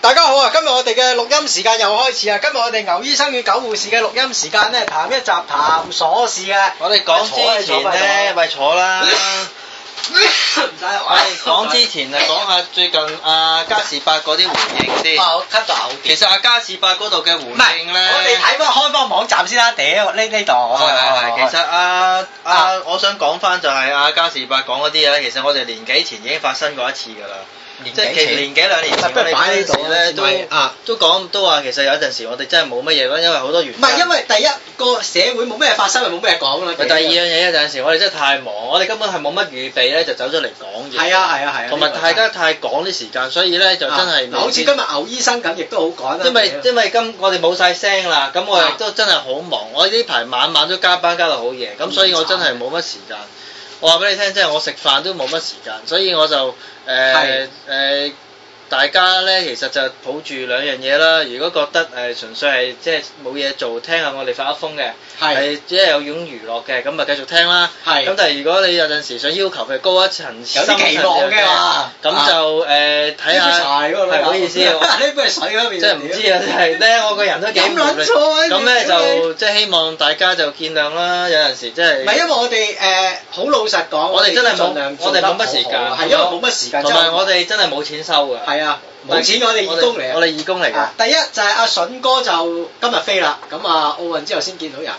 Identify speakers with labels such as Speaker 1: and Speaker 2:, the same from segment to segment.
Speaker 1: 大家好啊！今日我哋嘅錄音時間又開始啊！今日我哋牛醫生與狗護士嘅錄音時間咧，談一集談瑣事嘅。
Speaker 2: 我哋講之前咧，咪坐啦。
Speaker 1: 唔使
Speaker 2: 我哋講之前就講下最近阿嘉士伯嗰啲回應先。
Speaker 1: 我 cut 到後邊。
Speaker 2: 其實阿嘉士伯嗰度嘅回
Speaker 1: 唔係，
Speaker 2: 應咧，
Speaker 1: 我哋睇翻開翻網站先啦，屌呢呢度。
Speaker 2: 係係係，其實阿
Speaker 1: 啊
Speaker 2: 阿我想講翻就係阿嘉士伯講嗰啲嘢咧，其實我哋年幾前已經發生過一次㗎啦。即係其實年幾兩年前，
Speaker 1: 不如擺呢度
Speaker 2: 我哋嗰陣時咧
Speaker 1: 先啊
Speaker 2: 都都講都話，其實有陣時我哋真係冇乜嘢咯，因為好多原
Speaker 1: 唔係因為第一個社會冇咩發生，咪冇咩講啦。
Speaker 2: 第二樣嘢有陣時我哋真係太忙，我哋根本係冇乜預備咧，就走咗嚟講嘢。
Speaker 1: 係啊係啊係啊，
Speaker 2: 同埋大家太趕啲時間，所以咧就真係
Speaker 1: 嗱好似今日牛醫生咁，亦都好趕啦。
Speaker 2: 因為
Speaker 1: 屌
Speaker 2: 因為今我哋冇晒聲啦，咁我
Speaker 1: 啊
Speaker 2: 亦都真係好忙，我呢排晚晚都加班加到好夜，咁所以我真係冇乜時間。我話俾你聽，即係我食飯都冇乜時間，所以我就
Speaker 1: 係
Speaker 2: 誒誒。大家咧其實就抱住兩樣嘢啦，如果覺得誒、純粹係即係冇嘢做，聽下我哋發噏風嘅，
Speaker 1: 係
Speaker 2: 係即係有種娛樂嘅，咁咪繼續聽啦。
Speaker 1: 係
Speaker 2: 咁但係如果你有陣時想要求佢高一層，有
Speaker 1: 有啲期望嘅嘛
Speaker 2: 咁就誒睇
Speaker 1: 呢杯
Speaker 2: 下，
Speaker 1: 茶嚟㗎
Speaker 2: 係唔好意思，我
Speaker 1: 呢杯係水嗰邊。
Speaker 2: 真係唔知啊！真係咧，我個人都幾
Speaker 1: 飲撚
Speaker 2: 無力
Speaker 1: 錯啊
Speaker 2: 咁咧
Speaker 1: 屌你
Speaker 2: 就即係希望大家就見諒啦。有陣時即
Speaker 1: 唔係
Speaker 2: 係
Speaker 1: 因為我哋誒好老實講，
Speaker 2: 我哋真係
Speaker 1: 盡
Speaker 2: 冇，
Speaker 1: 量做
Speaker 2: 我
Speaker 1: 得
Speaker 2: 哋
Speaker 1: 好啊
Speaker 2: 冇乜時間，
Speaker 1: 係因為冇乜時間。
Speaker 2: 同埋我哋真係冇錢收㗎。
Speaker 1: 係啊，冇錢我哋義工嚟啊
Speaker 2: 我哋義工嚟㗎
Speaker 1: 啊。第一就係阿筍哥就今日飛啦，咁啊奧運之後先見到人。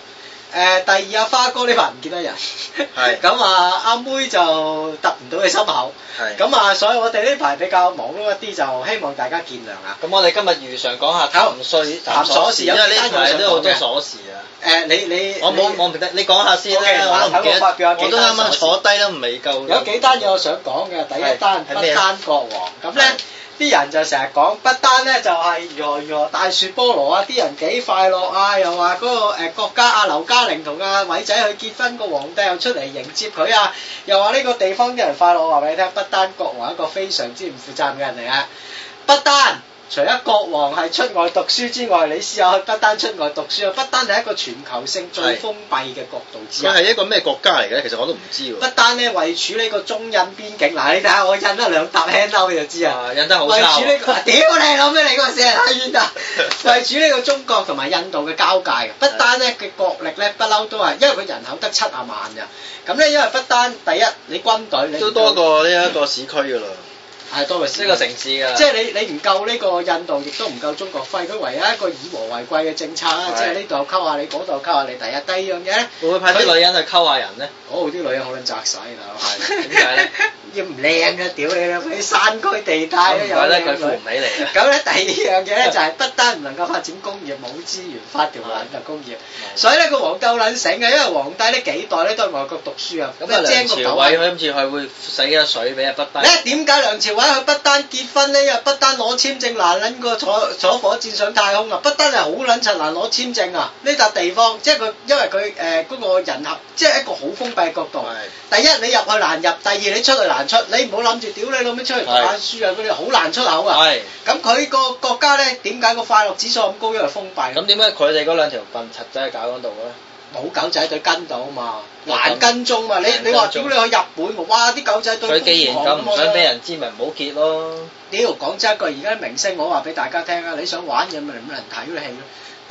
Speaker 1: 誒、第二阿花哥呢排唔見得人，
Speaker 2: 係
Speaker 1: 咁啊阿妹就突唔到你心口，
Speaker 2: 係
Speaker 1: 咁啊所以我哋呢排比較忙碌一啲，就希望大家見諒啊。
Speaker 2: 咁我哋今日如常講下
Speaker 1: 好
Speaker 2: 談稅
Speaker 1: 談瑣事
Speaker 2: 因為呢
Speaker 1: 有幾單嘢
Speaker 2: 排
Speaker 1: 想
Speaker 2: 都好
Speaker 1: 講
Speaker 2: 多
Speaker 1: 嘅
Speaker 2: 瑣事啊。
Speaker 1: 誒、你你
Speaker 2: 我冇
Speaker 1: 你
Speaker 2: 我唔記得，你講下先啦
Speaker 1: OK，
Speaker 2: 我
Speaker 1: 嗱，
Speaker 2: 都唔記
Speaker 1: 睇我發表有
Speaker 2: 得，我
Speaker 1: 幾
Speaker 2: 都
Speaker 1: 單
Speaker 2: 啱
Speaker 1: 瑣
Speaker 2: 啱
Speaker 1: 事
Speaker 2: 坐低都未夠。
Speaker 1: 有幾單嘢我想講嘅，第一單
Speaker 2: 係係
Speaker 1: 不
Speaker 2: 咩啊
Speaker 1: 丹國王，咁咧啲人就成日講不丹咧就係如何如何大雪菠蘿啊，啲人幾快樂啊，又話嗰、個、呃、國家啊劉嘉玲同阿偉仔去結婚，個皇帝又出嚟迎接佢啊，又話呢個地方啲人快樂，我話俾你聽，不丹國王係一啊個非常之唔負責任嘅人嚟啊，不丹。除咗國王係出外讀書之外，你試下去不丹出外讀書啊！不丹係一個全球性最
Speaker 2: 係
Speaker 1: 封閉嘅國度之一
Speaker 2: 佢。係一個咩國家嚟嘅？其實我都唔知
Speaker 1: 不
Speaker 2: 喎。
Speaker 1: 單咧位處呢個中印邊境，嗱你睇下我印咗兩沓 hand 嬲你就知啊。
Speaker 2: 啊，印得好
Speaker 1: 位
Speaker 2: 差
Speaker 1: 處呢
Speaker 2: 喎。
Speaker 1: 個，屌你老咩你個死人太 冤啊！位處呢個中國同埋印度嘅交界嘅，不單咧嘅國力咧不嬲都係，因為佢人口得七啊萬㗎，咁咧因為不單第一你軍隊你唔夠
Speaker 2: 都多過呢一個市區㗎啦，
Speaker 1: 係多過
Speaker 2: 呢個城市㗎啦。
Speaker 1: 即係你你唔夠呢個印度，亦都唔夠中國輝，佢唯一一個以和為貴嘅政策啦，
Speaker 2: 係
Speaker 1: 即係呢度溝下你，嗰度溝下你。第一第二樣嘢咧，
Speaker 2: 會唔會派啲女人去溝下人咧？
Speaker 1: 嗰度啲女人好撚窄使啦，
Speaker 2: 係點解咧？
Speaker 1: 要唔靚嘅，屌你啦！佢啲山區地帶
Speaker 2: 咁唔
Speaker 1: 咧有
Speaker 2: 怪得
Speaker 1: 靚
Speaker 2: 佢扶
Speaker 1: 女
Speaker 2: 唔。起你啊！
Speaker 1: 咁咧第二樣嘢咧 就係不單唔能夠發展工業，冇資源發條撚就工業，所以咧個皇夠撚醒啊嘅，因為皇帝呢幾代咧都喺外國讀書啊，
Speaker 2: 咁啊，梁朝
Speaker 1: 精過狗
Speaker 2: 偉佢今次係會死咗水俾阿北
Speaker 1: 咧
Speaker 2: 低。
Speaker 1: 點解梁朝偉去不丹結婚咧？因為不丹攞簽證難撚過坐坐火箭上太空啊！不丹係好撚柒難攞簽證啊！呢笪地方即係佢，因為佢誒嗰個人合，即係一個好封閉嘅角度。第一你入去難入，第二你出去難出，你唔好諗住屌你老味出去讀下書啊！嗰啲好難出口啊！
Speaker 2: 係。
Speaker 1: 咁佢個國家咧點解個快樂指數咁高？因為封閉，
Speaker 2: 咁點解佢哋嗰兩條笨柒仔喺搞嗰度咧？
Speaker 1: 冇狗仔隊跟到啊嘛，難跟蹤嘛！你你話
Speaker 2: 難
Speaker 1: 屌
Speaker 2: 跟蹤
Speaker 1: 你去日本，哇！啲狗仔隊
Speaker 2: 佢既然咁唔想俾人知，咪唔好結咯。
Speaker 1: 屌，講真一句，而家啲明星我話俾大家聽啊，你想玩嘢咪唔撚睇嗰啲戲咯。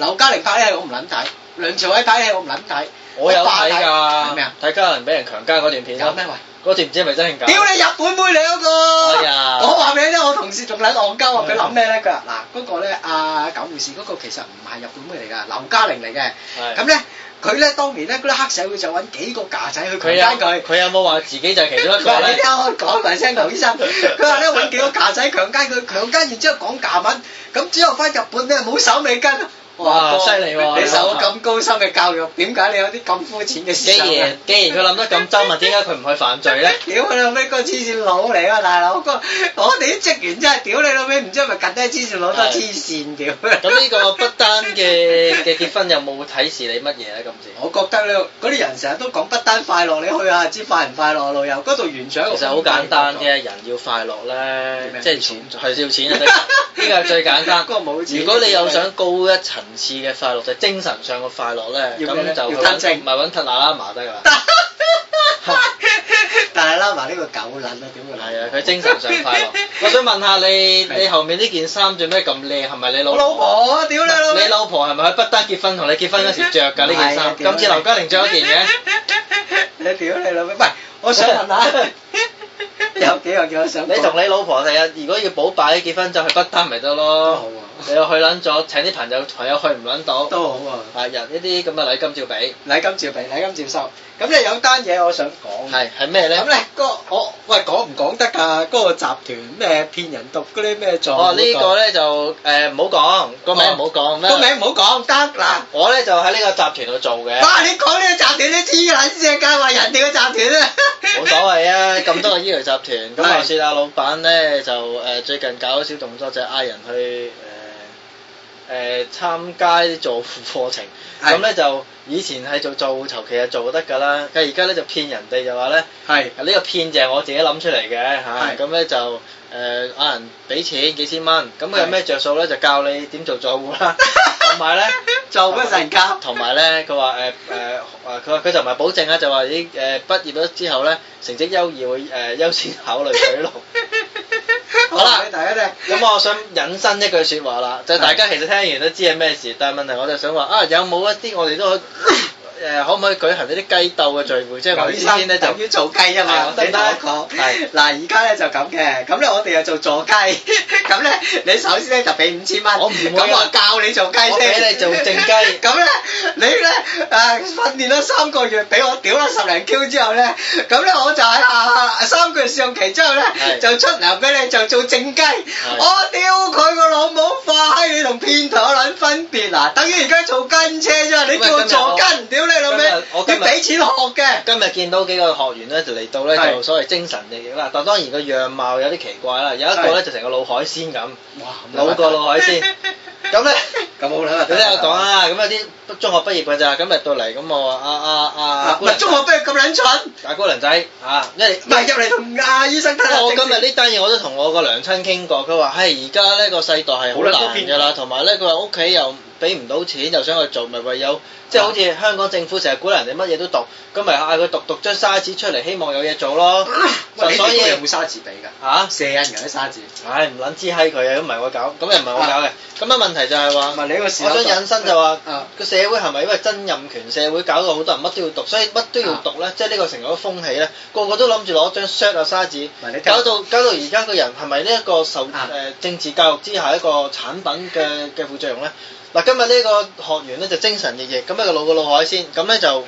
Speaker 1: 劉嘉玲拍啲戲我唔撚睇，梁朝偉拍啲戲我唔撚睇。
Speaker 2: 我有睇㗎
Speaker 1: 睇咩啊，
Speaker 2: 睇家人俾人強姦嗰段片
Speaker 1: 有
Speaker 2: 咯
Speaker 1: 咩喂？
Speaker 2: 嗰段唔知係咪真定假？
Speaker 1: 屌你日本妹你嗰個！
Speaker 2: 哎呀
Speaker 1: 我話俾你聽，我同事仲撚戇鳩啊！佢諗咩咧？佢話嗱嗰個咧，阿九護士嗰個其實唔係日本妹嚟㗎，劉嘉玲嚟嘅。
Speaker 2: 係
Speaker 1: 咁咧，佢咧當年咧嗰啲黑社會就揾幾個架仔去強
Speaker 2: 佢有啊
Speaker 1: 姦佢。
Speaker 2: 佢有冇話自己就係其中一
Speaker 1: 唔 係
Speaker 2: 個
Speaker 1: 你
Speaker 2: 咧
Speaker 1: 聽？我講埋聲，劉醫生，佢話咧揾幾個架仔強姦佢，強姦完之後講假文，咁之後翻日本咧冇手尾跟。我話
Speaker 2: 哇
Speaker 1: 哥
Speaker 2: 犀利喎
Speaker 1: 你受過咁高深嘅教育，點解你有啲咁膚淺嘅思
Speaker 2: 既
Speaker 1: 想啊
Speaker 2: 然既然佢諗得咁 周密，點解佢唔去犯罪咧？
Speaker 1: 屌你老味，個黐線佬嚟啊，大佬！個我哋啲職員真係屌你老味，唔知係咪近低黐線佬多黐線屌！
Speaker 2: 咁呢個不丹嘅嘅結婚有冇提示你乜嘢咧？今次？
Speaker 1: 我覺得咧，嗰啲人成日都講不單快樂，你去下知快唔快樂啊老友，嗰度完全係一個
Speaker 2: 其實好簡單啫，
Speaker 1: 空間嚟講。
Speaker 2: 人要快樂咧
Speaker 1: 咩，
Speaker 2: 即係錢係要錢啊！ 呢個係最簡單。
Speaker 1: 嗰個冇錢
Speaker 2: 如果你有想高一層次嘅快樂，就係精神上嘅快樂咧，
Speaker 1: 要咩咧
Speaker 2: 咁就
Speaker 1: 要吞精
Speaker 2: 唔係揾吞拿啦麻得㗎啦。
Speaker 1: 但係啦，埋呢個狗撚啊，屌佢！
Speaker 2: 係啊，佢精神上 快樂。我想問下你，你後面呢件衫做咩咁靚？係咪你老
Speaker 1: 我老？婆啊，屌你老
Speaker 2: 你老婆係咪喺不丹結婚同你結婚嗰時着㗎呢件
Speaker 1: 係啊
Speaker 2: 衫？
Speaker 1: 屌
Speaker 2: 咁似劉嘉玲着嗰件嘅。
Speaker 1: 你屌你老味，喂，我想問下，有幾樣嘢我想講
Speaker 2: 你同你老婆第日如果要補擺結婚就去不丹咪得
Speaker 1: 都好
Speaker 2: 咯。
Speaker 1: 啊，
Speaker 2: 你又去撚咗，請啲朋友朋友去唔撚到，
Speaker 1: 都好啊，
Speaker 2: 啊人呢啲咁嘅禮金照俾。
Speaker 1: 禮金照俾，禮金照收。咁咧有單嘢我想講。
Speaker 2: 係係咩咧
Speaker 1: 哦咁？咧，嗰個我喂講唔講得㗎？嗰個集團咩騙人毒嗰啲咩做？
Speaker 2: 哦，呢個咧就誒唔好講，個名唔好講咩。
Speaker 1: 個名唔好講，得嗱。
Speaker 2: 我咧就喺呢個集團度做嘅，
Speaker 1: 哇！你講呢個集團都黐撚線㗎，話人哋嘅集團啊，
Speaker 2: 冇所謂啊！咁多個醫療集團，咁
Speaker 1: 係
Speaker 2: 話説阿老闆咧就誒、呃最近搞咗小動作，就嗌人去誒誒參加啲做副課程，
Speaker 1: 係
Speaker 2: 咁咧就以前係做做籌，其實做得㗎啦，佢而家咧就騙人哋就話咧。
Speaker 1: 係
Speaker 2: 呢個騙就係我自己諗出嚟嘅嚇
Speaker 1: 係，
Speaker 2: 咁咧就誒嗌人俾錢幾千蚊，咁佢有
Speaker 1: 係
Speaker 2: 咩着數咧就教你點做左護 啦，同埋咧
Speaker 1: 做乜神教
Speaker 2: 同埋咧佢話誒誒誒佢話佢就唔係保證啊，就話咦誒畢業咗之後咧成績優異會誒優先考慮取 錄。好啦
Speaker 1: 我話俾大家聽，
Speaker 2: 咁我想引申一句説話啦，就大家其實聽完都知係咩事，但係問題我就想話啊，有冇一啲我哋都可誒可唔可以舉行呢啲雞竇嘅聚會？即係我哋之間咧就
Speaker 1: 等於做雞啊嘛，
Speaker 2: 係
Speaker 1: 你聽我 講。
Speaker 2: 係
Speaker 1: 嗱，而家咧就咁嘅，咁咧我哋就做坐雞， 咁咧你首先咧就俾五千蚊，
Speaker 2: 我唔會
Speaker 1: 咁我教你做雞先，
Speaker 2: 我俾你做正雞
Speaker 1: 咁咧你咧誒訓練咗三個月，俾我屌咗十零 Q 之後咧， 咁咧我就喺下三個月試用期之後咧
Speaker 2: 係
Speaker 1: 就出糧俾你就做正雞，我屌佢個老母化閪，你同騙徒有撚分別嗱，等於而家做跟車啫，你叫我
Speaker 2: 喂今日
Speaker 1: 坐
Speaker 2: 我
Speaker 1: 跟，屌你老
Speaker 2: 今
Speaker 1: 味
Speaker 2: 日我，今
Speaker 1: 你
Speaker 2: 日
Speaker 1: 俾錢學嘅。
Speaker 2: 今日見到幾個學員咧就嚟到咧
Speaker 1: 係
Speaker 2: 就所謂精神奕奕啦，但當然個樣貌有啲奇怪啦，有一個
Speaker 1: 係
Speaker 2: 咧就成個老海鮮咁，
Speaker 1: 哇
Speaker 2: 老過老 海鮮。咁咧，
Speaker 1: 咁好啦，
Speaker 2: 你聽我講啊，咁有啲中學畢業嘅咋，咁入到嚟咁我話啊啊啊，
Speaker 1: 唔係中學不如咁撚蠢，
Speaker 2: 大姑娘仔啊，因為
Speaker 1: 唔係入嚟同阿醫生睇下
Speaker 2: 我
Speaker 1: 正
Speaker 2: 今日
Speaker 1: 事。
Speaker 2: 呢單嘢我都同我個娘親傾過，佢話：，係而家呢個世代係好難㗎啦，同埋呢，佢話屋企又俾唔到錢，又想去做，咪唯有即係好似香港政府成日鼓勵人哋乜嘢都讀，咁咪嗌佢讀讀張沙紙出嚟，希望有嘢做
Speaker 1: À,
Speaker 2: 咯。就
Speaker 1: 喂，
Speaker 2: 所
Speaker 1: 你
Speaker 2: 以
Speaker 1: 哋有冇沙紙俾㗎？
Speaker 2: 嚇，
Speaker 1: 射人㗎啲沙紙。
Speaker 2: 唉唔撚知閪佢啊，咁唔係我搞，咁又唔係我搞嘅。咁啊問題就係
Speaker 1: 唔
Speaker 2: 話，
Speaker 1: 係你個時候
Speaker 2: 我想引申就話
Speaker 1: 啊
Speaker 2: 個社會係咪因為曾蔭權社會搞到好多人乜都要讀，
Speaker 1: 啊
Speaker 2: 所以乜都要讀呢？即係呢個成個風氣呢，個個都諗住攞張 shirt 啊沙紙。
Speaker 1: 唔係你聽
Speaker 2: 搞到搞到而家個人係咪呢一個受誒、
Speaker 1: 啊
Speaker 2: 呃政治教育之下一個產品嘅嘅副作用咧？嗱，今日呢個學員咧就精神奕奕，咁一個老個老海鮮，咁咧就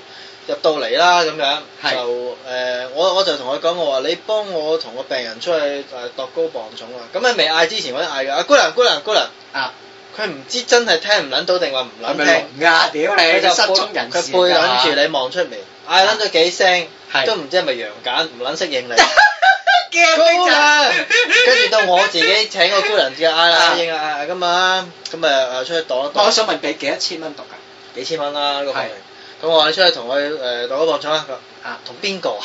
Speaker 2: 入到嚟啦咁樣，
Speaker 1: 係
Speaker 2: 就誒、呃我我就同佢講我話你幫我同個病人出去誒度高磅重啊，咁喺未嗌之前我已經嗌㗎，啊姑娘姑娘姑娘，
Speaker 1: 啊，
Speaker 2: 佢唔知真係聽唔撚到定話唔
Speaker 1: 係
Speaker 2: 撚
Speaker 1: 咪
Speaker 2: 聽。
Speaker 1: 聾㗎？屌你，
Speaker 2: 佢
Speaker 1: 你
Speaker 2: 就
Speaker 1: 失蹤人
Speaker 2: 背
Speaker 1: 士啊
Speaker 2: 佢背撚住你望出嚟，嗌撚咗幾聲
Speaker 1: 係，
Speaker 2: 都唔知係咪羊揀，唔撚識應你。
Speaker 1: 你驚
Speaker 2: 姑娘
Speaker 1: 㗎，
Speaker 2: 跟住到我自己請個姑娘嘅嗌啦，應啊咁啊，咁啊誒出去擋一
Speaker 1: 我
Speaker 2: 擋
Speaker 1: 想問俾幾多千蚊讀㗎？
Speaker 2: 幾千蚊啦個
Speaker 1: 係
Speaker 2: 房，咁我話你出去同佢誒擋一磅重啦，佢話
Speaker 1: 啊
Speaker 2: 同邊 個啊？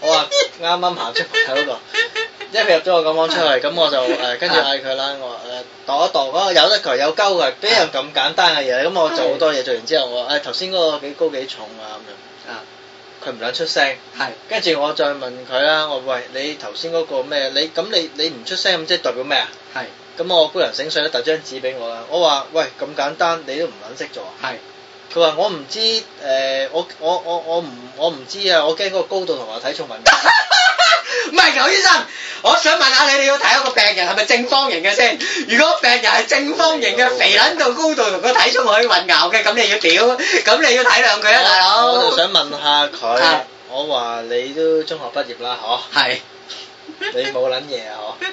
Speaker 2: 我話啱啱行出去嗰個，因為佢入咗我咁房出去，咁我就
Speaker 1: 啊
Speaker 2: 誒跟住嗌佢啦，我話誒擋一擋，我有得佢有鳩佢，邊有咁簡單嘅嘢？咁我做好多嘢，做完之後我話誒頭先嗰個幾高幾重啊
Speaker 1: 啊，
Speaker 2: 咁樣，佢唔撚出聲。
Speaker 1: 係
Speaker 2: 跟住我再問佢啦，我喂你頭先嗰個咩？你咁你你唔出聲咁即係代表咩啊？
Speaker 1: 係
Speaker 2: 咁我姑娘醒水咧，遞張紙俾我啦。我話喂咁簡單，你都唔撚識做啊？
Speaker 1: 係
Speaker 2: 佢話我唔知誒、我我我我唔我唔知啊，我驚嗰個高度同埋體重問題。
Speaker 1: 唔係，牛醫生，我想問下你，你要睇一個病人係咪正方形嘅先？如果病人係正方形嘅，肥撚到高度同個體重可以混淆嘅，咁你要屌，咁你要體諒佢啊，大佬。
Speaker 2: 我就想問下佢
Speaker 1: 啊，
Speaker 2: 我話你都中學畢業啦，嗬？
Speaker 1: 係，
Speaker 2: 你冇撚嘢啊，嗬？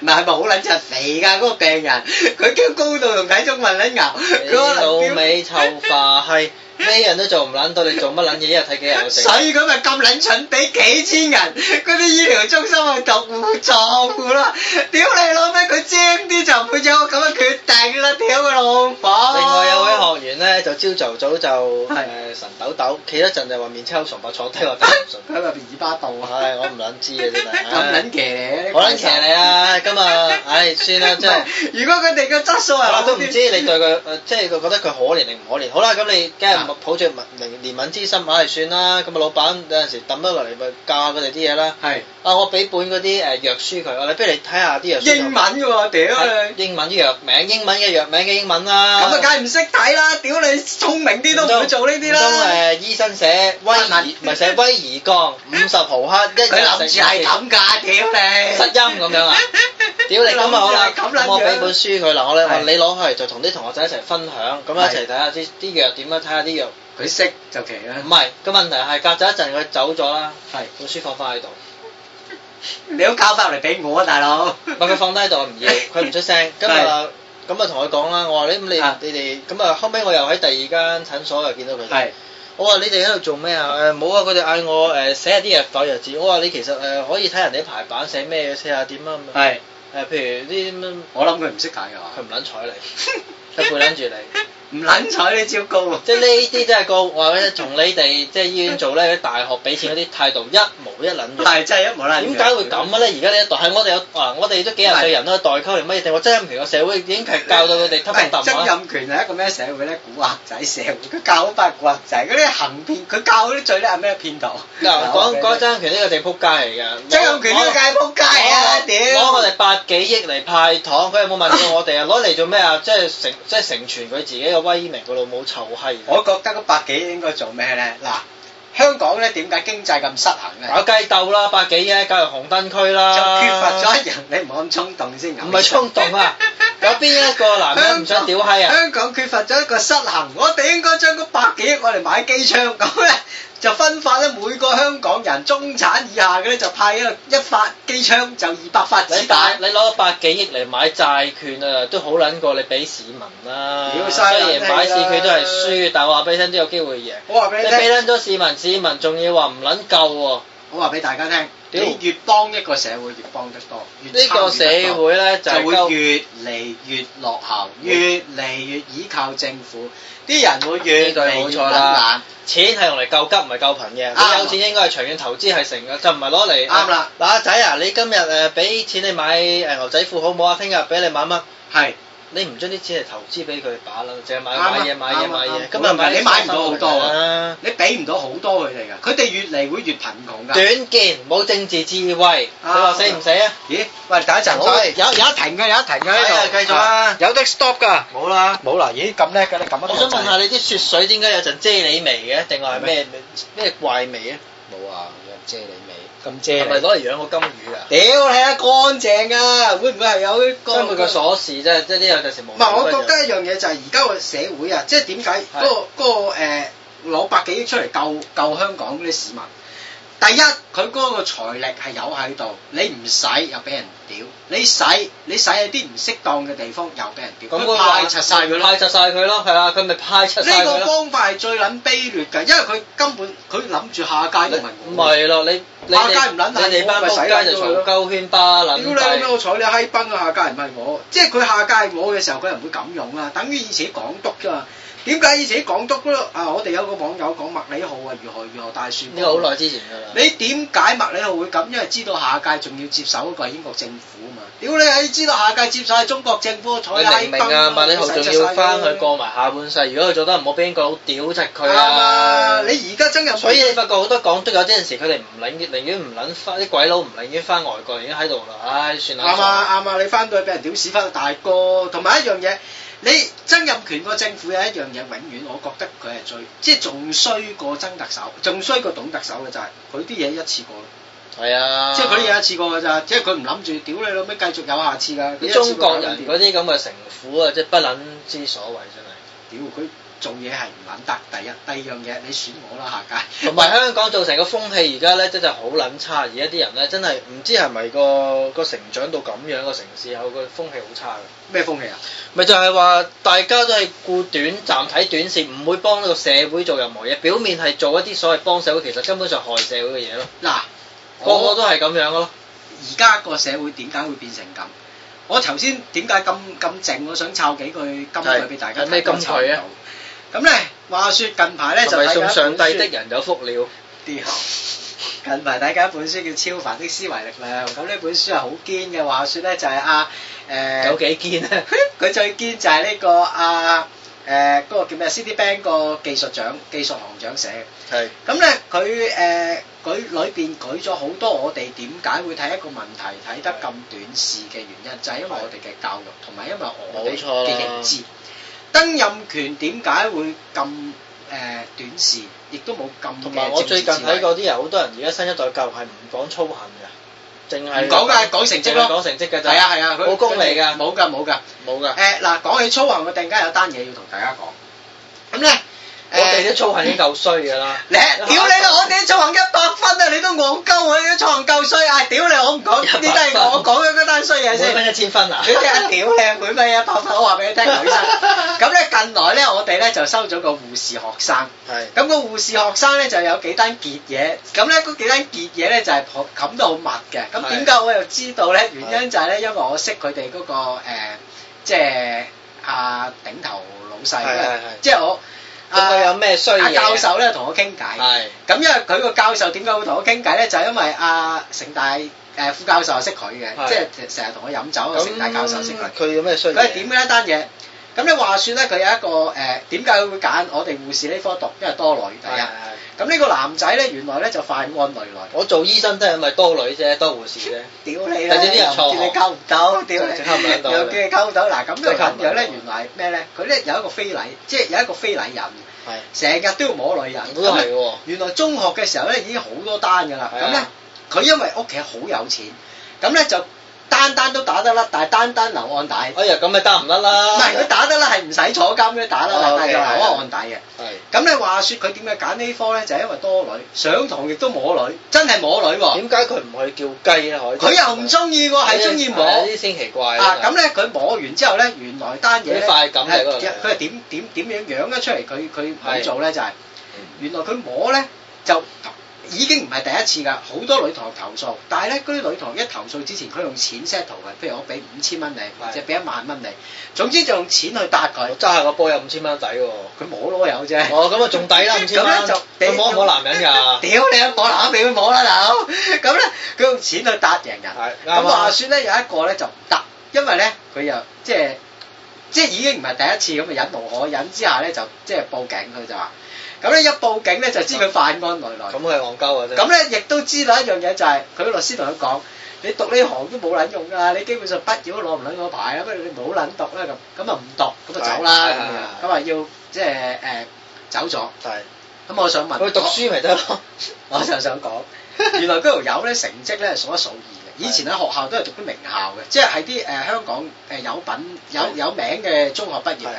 Speaker 1: 唔係係咪好撚柒肥㗎？嗰、個病人，佢叫高度同體重混撚淆，佢
Speaker 2: 你
Speaker 1: 可
Speaker 2: 老
Speaker 1: 能屌
Speaker 2: 味臭 化閪，咩人都做唔撚到，你做乜撚嘢？一日睇幾日有成？
Speaker 1: 所以佢咪咁撚蠢，俾幾千人嗰啲醫療中心去度護助護啦！屌你老味，佢精啲就唔會有咁嘅決定啦！屌佢老母！
Speaker 2: 另外有位學員咧就朝頭早就誒
Speaker 1: 係
Speaker 2: 神抖抖，企一陣就話面青口唇白，坐低話頂唔 順。
Speaker 1: 佢咪二巴度啊！
Speaker 2: 唉，我唔撚知嘅真係。
Speaker 1: 咁
Speaker 2: 唉
Speaker 1: 撚騎呢？
Speaker 2: 我撚騎你啊！今日唉，算啦，
Speaker 1: 唔
Speaker 2: 真係
Speaker 1: 係。如果佢哋個質素係
Speaker 2: 我
Speaker 1: 好
Speaker 2: 都唔
Speaker 1: 啲
Speaker 2: 知你對佢，誒即係你覺得佢可憐定唔可憐。好啦，咁你梗係
Speaker 1: 啊
Speaker 2: 抱住憐憐憫之心，唉，算啦。咁啊，老闆有陣時抌得落嚟，咪教下佢哋啲嘢啦。
Speaker 1: 係
Speaker 2: 啊，我俾本嗰啲誒藥書佢，我哋不如你睇下啲藥書有冇。
Speaker 1: 英文嘅喎，屌
Speaker 2: 係
Speaker 1: 佢！
Speaker 2: 英文啲藥名，英文嘅藥名嘅英文啦。
Speaker 1: 咁啊，梗係唔識睇啦！屌你，聰明啲都唔會做呢啲
Speaker 2: 唔通
Speaker 1: 啦。
Speaker 2: 誒醫生寫 威
Speaker 1: 法
Speaker 2: 爾，
Speaker 1: 文
Speaker 2: 唔係寫威爾鋼五十毫克一日
Speaker 1: 佢諗住係咁㗎，屌你！
Speaker 2: 失音咁樣 啊！屌你咁啊好啦，
Speaker 1: 佢諗住係咁撚
Speaker 2: 咁我俾
Speaker 1: 樣
Speaker 2: 本書佢嗱，我咧我
Speaker 1: 係
Speaker 2: 你攞去就同啲同學仔一齊分享，咁一齊睇下啲啲藥點樣，睇下啲藥。
Speaker 1: 佢識就奇啦
Speaker 2: 唔。係個問題係隔咗一陣佢走咗啦，
Speaker 1: 係，
Speaker 2: 本書放翻喺度，
Speaker 1: 你都交翻嚟俾我啊，大佬。
Speaker 2: 唔係佢放低喺度我唔要， 佢唔出聲，咁啊咁啊同佢講啦，我話你咁
Speaker 1: 啊
Speaker 2: 你你哋咁啊後尾我又喺第二間診所又見到佢哋。
Speaker 1: 係
Speaker 2: 我話你哋喺度做咩啊？誒、冇啊！佢哋嗌我誒、寫下啲藥袋藥字。我話你其實誒、可以睇人哋排版寫咩，寫下點啊咁樣。誒、
Speaker 1: 係，
Speaker 2: 譬如啲咁樣，
Speaker 1: 我諗佢唔識睇㗎
Speaker 2: 佢唔
Speaker 1: 嘛。
Speaker 2: 撚睬你，佢背撚住你。
Speaker 1: 唔撚睬呢招高啊！
Speaker 2: 即係呢啲真係個話咧，同你哋即係醫院做咧，啲大學俾錢嗰啲態度一模一撚樣。
Speaker 1: 係真係一模一樣。
Speaker 2: 點解會咁嘅咧？而家呢一代係我哋有啊，我哋都幾廿歲人都有代溝嚟乜嘢定？我真係唔明個社會已經係教到啊佢哋
Speaker 1: 唔
Speaker 2: 揼
Speaker 1: 係
Speaker 2: 揼
Speaker 1: 曾
Speaker 2: 揼啦。
Speaker 1: 蔭權係一個咩社會咧？古惑仔社會，佢教好班古惑仔，嗰啲行騙，佢教嗰啲最叻係咩騙徒？
Speaker 2: 嗱，講講曾蔭權呢個地仆街嚟㗎。
Speaker 1: 曾蔭權呢個界仆街啊！
Speaker 2: 攞我
Speaker 1: 屌，
Speaker 2: 哋百幾億嚟派糖，佢有冇問過我哋啊？攞嚟做咩啊？即係成即係成全佢自己嘅威名，佢老母臭閪，
Speaker 1: 我覺得嗰百幾應該做咩咧？嗱，香港咧點解經濟咁失衡咧？
Speaker 2: 搞雞鬥啦，百幾億搞入紅燈區
Speaker 1: 就
Speaker 2: 啦，
Speaker 1: 缺乏咗一樣，你唔好咁衝動先。
Speaker 2: 唔係衝動啊！ 有邊一個男人唔想屌閪啊？
Speaker 1: 香港缺乏咗一個失衡，我哋應該將嗰百幾億我嚟買機槍，咁咧 就分發咧每個香港人中產以下嘅咧就派一個一發機槍就二百發子
Speaker 2: 你
Speaker 1: 彈
Speaker 2: 大。你攞百幾億嚟買債券啊，都好撚過你俾市民啦。
Speaker 1: 屌
Speaker 2: 雖
Speaker 1: 嘥
Speaker 2: 然
Speaker 1: 撚氣啦
Speaker 2: 買市佢都係輸，但我話俾你聽都有機會贏。
Speaker 1: 我話
Speaker 2: 你
Speaker 1: 俾你聽
Speaker 2: 俾。撚咗市民，市民仲要話唔撚夠喎。
Speaker 1: 我話俾大家聽，
Speaker 2: 屌
Speaker 1: 你越幫一個社會越幫得多，越
Speaker 2: 呢個社
Speaker 1: 參與得多
Speaker 2: 會咧就
Speaker 1: 就
Speaker 2: 係鳩
Speaker 1: 會越嚟越落後，越嚟越依靠政府，啲人會越
Speaker 2: 呢句
Speaker 1: 嚟越
Speaker 2: 冇
Speaker 1: 懶
Speaker 2: 錯啦，錢係用嚟救急唔係救貧嘅。
Speaker 1: 啱啊
Speaker 2: 你有錢應該係長遠投資係成嘅，就唔係攞嚟。
Speaker 1: 啱啦
Speaker 2: 嗱阿仔啊，你今日誒俾錢你買誒牛仔褲好唔好啊？聽日俾你買乜？
Speaker 1: 係
Speaker 2: 你唔將啲錢嚟投資俾佢把啦，淨係買
Speaker 1: 啱啊
Speaker 2: 買嘢買嘢
Speaker 1: 啱啊
Speaker 2: 買
Speaker 1: 啱啊
Speaker 2: 嘢。今日買
Speaker 1: 你買唔到好多啊
Speaker 2: 啦。
Speaker 1: 你俾唔到好多佢哋㗎，佢哋越嚟會越貧窮㗎。
Speaker 2: 短見冇政治智慧，你
Speaker 1: 啱
Speaker 2: 話死唔死啊？
Speaker 1: 咦？喂，等一陣，
Speaker 2: 唔
Speaker 1: 我
Speaker 2: 使
Speaker 1: 有有一停嘅，有一停嘅
Speaker 2: 係啊
Speaker 1: 喺度。
Speaker 2: 繼續啊
Speaker 1: 有得 stop 㗎。
Speaker 2: 冇啦。
Speaker 1: 冇啦，咦？咁叻嘅你撳一
Speaker 2: 我想問下你啲雪水點解有陣啫喱味嘅？定話係咩咩怪味啊？
Speaker 1: 冇啊，有遮你尾，咁
Speaker 2: 係咪
Speaker 1: 遮你。
Speaker 2: 攞嚟養個金魚啊？
Speaker 1: 屌你啊，乾淨㗎，會唔會係有啲
Speaker 2: 所以每個鎖匙真係即係呢有陣時冇。
Speaker 1: 唔係，我覺得一樣嘢就係而家個社會啊，即係點解
Speaker 2: 係
Speaker 1: 嗰個嗰個誒攞百幾億出嚟救救香港嗰啲市民？第一，佢嗰個財力係有喺度，你唔使又俾人屌，你使你使喺啲唔適當嘅地方又俾人屌，
Speaker 2: 咁
Speaker 1: 佢派拆晒佢咯。
Speaker 2: 派拆晒佢咯，係啊，佢咪派拆晒佢
Speaker 1: 呢個
Speaker 2: 咯。
Speaker 1: 方法係最撚卑劣㗎，因為佢根本佢諗住下屆移民
Speaker 2: 唔
Speaker 1: 我。
Speaker 2: 係咯，你你
Speaker 1: 下街唔撚係
Speaker 2: 哋你哋班
Speaker 1: 我咪使
Speaker 2: 仆街就
Speaker 1: 撚咗佢
Speaker 2: 嘈
Speaker 1: 咯
Speaker 2: 鳩圈巴
Speaker 1: 屌
Speaker 2: 撚
Speaker 1: 你咩！
Speaker 2: 閉。
Speaker 1: 我睬你閪崩啊！下屆唔係我，即係佢下屆係我嘅時候，佢又唔會咁用啊。等於以前港督啫嘛。點解以前港督嗰度啊？我哋有個網友講麥理浩啊，如何如何大選。
Speaker 2: 呢個好耐之前㗎啦。
Speaker 1: 你點解麥理浩會咁？因為知道下屆仲要接手嗰個係英國政府啊嘛。屌你閪！知道下屆接手係中國政府，睬你
Speaker 2: 你明
Speaker 1: 閪
Speaker 2: 唔
Speaker 1: 崩
Speaker 2: 明啊？麥理浩仲要翻去
Speaker 1: 過
Speaker 2: 過埋下半世，如果佢做得唔好，俾英國佬屌柒佢
Speaker 1: 啱啊
Speaker 2: 啊！！
Speaker 1: 你而家真入
Speaker 2: 所以你發覺好多港督有啲陣時，佢哋唔寧寧願唔撚翻啲鬼佬，唔寧願翻外國，已經喺度啦。唉，算
Speaker 1: 啱
Speaker 2: 啦。
Speaker 1: 啊啱啊！你翻到去俾人屌屎忽大哥，同埋一樣嘢，你曾蔭權個政府有一樣嘢，永遠我覺得佢係最即係仲衰過曾特首，仲衰過董特首嘅就係佢啲嘢一次過，
Speaker 2: 係啊。
Speaker 1: 即係佢啲嘢一次過㗎咋，即係佢唔諗住屌你老味繼續有下次㗎。佢一次過
Speaker 2: 中國人
Speaker 1: 搞
Speaker 2: 嗰
Speaker 1: 掂
Speaker 2: 啲咁嘅城府啊，即係不撚之所謂真係。
Speaker 1: 屌佢做嘢係唔撚得，第一第二樣嘢你選我啦下屆，
Speaker 2: 同埋香港造成個風氣而家咧，真係好撚差。而家啲人咧，真係唔知係咪個個成長到咁樣個城市有個風氣好差嘅。
Speaker 1: 咩風氣啊？
Speaker 2: 咪就係話大家都係顧短暫睇短視，唔會幫到個社會做任何嘢。表面係做一啲所謂幫社會，其實根本上害社會嘅嘢咯。
Speaker 1: 嗱，
Speaker 2: 個個
Speaker 1: 我
Speaker 2: 都係咁樣嘅咯。
Speaker 1: 而家個社會點解會變成咁？我頭先點解咁咁靜？我想抄幾句金句俾大家
Speaker 2: 係係咩
Speaker 1: 睇，
Speaker 2: 金句啊
Speaker 1: 我抄唔到咁咧話說近排咧就
Speaker 2: 係咪啊
Speaker 1: 睇緊
Speaker 2: 送
Speaker 1: 一
Speaker 2: 上帝的
Speaker 1: 本書，
Speaker 2: 人有福了？
Speaker 1: 屌！ 近排睇緊一本書叫《超凡的思維力量》，咁呢本書係好堅嘅。話說咧就係阿誒
Speaker 2: 有，幾堅啊？
Speaker 1: 佢最堅就係呢個阿誒嗰個叫咩 CD Bank 個技術長、技術行長寫嘅。
Speaker 2: 係
Speaker 1: 咁咧，佢誒佢裏邊舉咗好多我哋點解會睇一個問題睇得咁短視嘅原因，就係、因為我哋嘅教育同埋因為我哋
Speaker 2: 冇錯啦
Speaker 1: 嘅認知。曾蔭權點解會咁誒、短視，亦都冇咁嘅
Speaker 2: 同埋我最近
Speaker 1: 政治智慧
Speaker 2: 睇過啲人，啊好多人而家新一代教育係唔講操行嘅，淨係
Speaker 1: 唔講㗎講成績咯
Speaker 2: 淨係講成績㗎咋。
Speaker 1: 係啊係啊，佢
Speaker 2: 冇功利㗎
Speaker 1: 冇㗎冇㗎。
Speaker 2: 冇㗎。
Speaker 1: 誒嗱，講起操行，我突然間有單嘢要同大家講。咁咧，誒、
Speaker 2: 我哋啲操行已經夠衰㗎啦。
Speaker 1: 你屌你啦！ 我哋創一百分啊，你都戇鳩，我哋創夠衰啊！屌你，我唔講呢單嘢，我講咗嗰單衰嘢
Speaker 2: 每
Speaker 1: 先。
Speaker 2: 分一千分啊！
Speaker 1: 你聽下，屌你，每蚊一百分，我話俾你聽，劉醫生。咁咧近來咧，我哋咧就收咗個護士學生。
Speaker 2: 係
Speaker 1: 咁個護士學生咧就有幾單結嘢，咁咧嗰幾單結嘢咧就係冚冚到好密嘅。咁點解我又知道咧？原因就係咧，因為我識佢哋嗰個誒，即係阿頂頭老細
Speaker 2: 係係
Speaker 1: 咧
Speaker 2: 係，
Speaker 1: 即係我
Speaker 2: 咁佢
Speaker 1: à,
Speaker 2: 有咩衰
Speaker 1: 啊阿
Speaker 2: 嘢？
Speaker 1: 教授咧同我傾偈。
Speaker 2: 係
Speaker 1: 咁因為佢個教授點解會同我傾偈咧？就係、因為阿、成大誒、副教授係識佢嘅，
Speaker 2: 係
Speaker 1: 即係成日同我飲酒啊，
Speaker 2: 咁
Speaker 1: 成大教授識佢。
Speaker 2: 佢有咩衰
Speaker 1: 佢
Speaker 2: 嘢？
Speaker 1: 係點嘅一單嘢？咁你話説咧，佢有一個誒點解佢會揀我哋護士呢科讀？因為多女第
Speaker 2: 係啊
Speaker 1: 一。咁呢個男仔咧，原來咧就犯案累
Speaker 2: 我做醫生都係因為多女啫，多護士啫。
Speaker 1: 累。屌你
Speaker 2: 有
Speaker 1: 啦！
Speaker 2: 啲人
Speaker 1: 又
Speaker 2: 錯
Speaker 1: 唔見你
Speaker 2: 學
Speaker 1: 溝唔到，屌你！
Speaker 2: 即刻唔諗到
Speaker 1: 又叫你溝唔到。嗱咁樣
Speaker 2: 即刻
Speaker 1: 咁
Speaker 2: 唔諗
Speaker 1: 樣
Speaker 2: 到
Speaker 1: 咧，原來係咩咧？佢咧有一個非禮，即係有一個非禮人，
Speaker 2: 係，
Speaker 1: 成日都要摸女人。
Speaker 2: 我都係喎。
Speaker 1: 原來中學嘅時候咧已經好多單㗎啦，
Speaker 2: 係啊
Speaker 1: 咁咧佢因為屋企好有錢，咁咧就單單都打得甩，但係單單留案底，
Speaker 2: 哎呀，咁咪得唔得啦？
Speaker 1: 唔係佢打得甩係唔使坐監嘅打得甩，
Speaker 2: 哦
Speaker 1: 但係
Speaker 2: OK，
Speaker 1: 就留
Speaker 2: 係啊
Speaker 1: 案底嘅。
Speaker 2: 係
Speaker 1: 咁咧話説佢點解揀呢科咧，就係因為多女，上堂亦都摸女，真係摸女喎，
Speaker 2: 點解哎佢唔去叫雞咧？佢
Speaker 1: 哦佢又唔中意喎，係中意摸。
Speaker 2: 呢啲先奇怪
Speaker 1: 啊，咁咧佢摸完之後咧，原來單嘢咧
Speaker 2: 啲快感嚟嗰個
Speaker 1: 係佢係點點點樣養得出嚟？佢佢佢
Speaker 2: 係
Speaker 1: 做咧就係、
Speaker 2: 嗯
Speaker 1: 原來佢摸咧就已經唔係第一次㗎，好多女堂投訴，但係咧嗰啲女堂一投訴之前，佢用錢 settle 嘅，譬如我俾五千蚊你，
Speaker 2: 係
Speaker 1: 或者俾一萬蚊你，總之就用錢去搭佢
Speaker 2: 我，揸下個波有五千蚊仔喎。
Speaker 1: 佢摸攞有啫。
Speaker 2: 哦，咁啊仲抵啦，五千
Speaker 1: 咁
Speaker 2: 蚊。
Speaker 1: 咧就
Speaker 2: 佢摸唔摸男人㗎？
Speaker 1: 屌你啊！摸男俾佢摸啦，大佬。咁咧，佢用錢去搭贏人。
Speaker 2: 係啱
Speaker 1: 咁
Speaker 2: 啊
Speaker 1: 話説咧，有一個咧就唔得，因為咧佢又即係即係已經唔係第一次咁啊，忍無可忍之下咧就即係報警，佢就話。咁咧一報警咧就知佢犯案來來。
Speaker 2: 咁佢係戇鳩啊真係。
Speaker 1: 咁咧亦都知道一樣嘢就係佢個律師同佢講：你讀呢行都冇撚用㗎，你基本上畢業都攞唔撚個牌啦，不如你唔好撚讀啦咁，咁啊唔讀，咁啊走啦
Speaker 2: 係
Speaker 1: 咁樣，咁啊要即係誒走咗。
Speaker 2: 係
Speaker 1: 咁我想問，
Speaker 2: 佢讀書咪得咯。
Speaker 1: 我就 想講，原來嗰條友咧成績咧係數一數二嘅。以前喺學校都係讀啲名校嘅，即係喺啲誒香港誒有品有有名嘅中學畢業
Speaker 2: 係
Speaker 1: 嘅
Speaker 2: 係。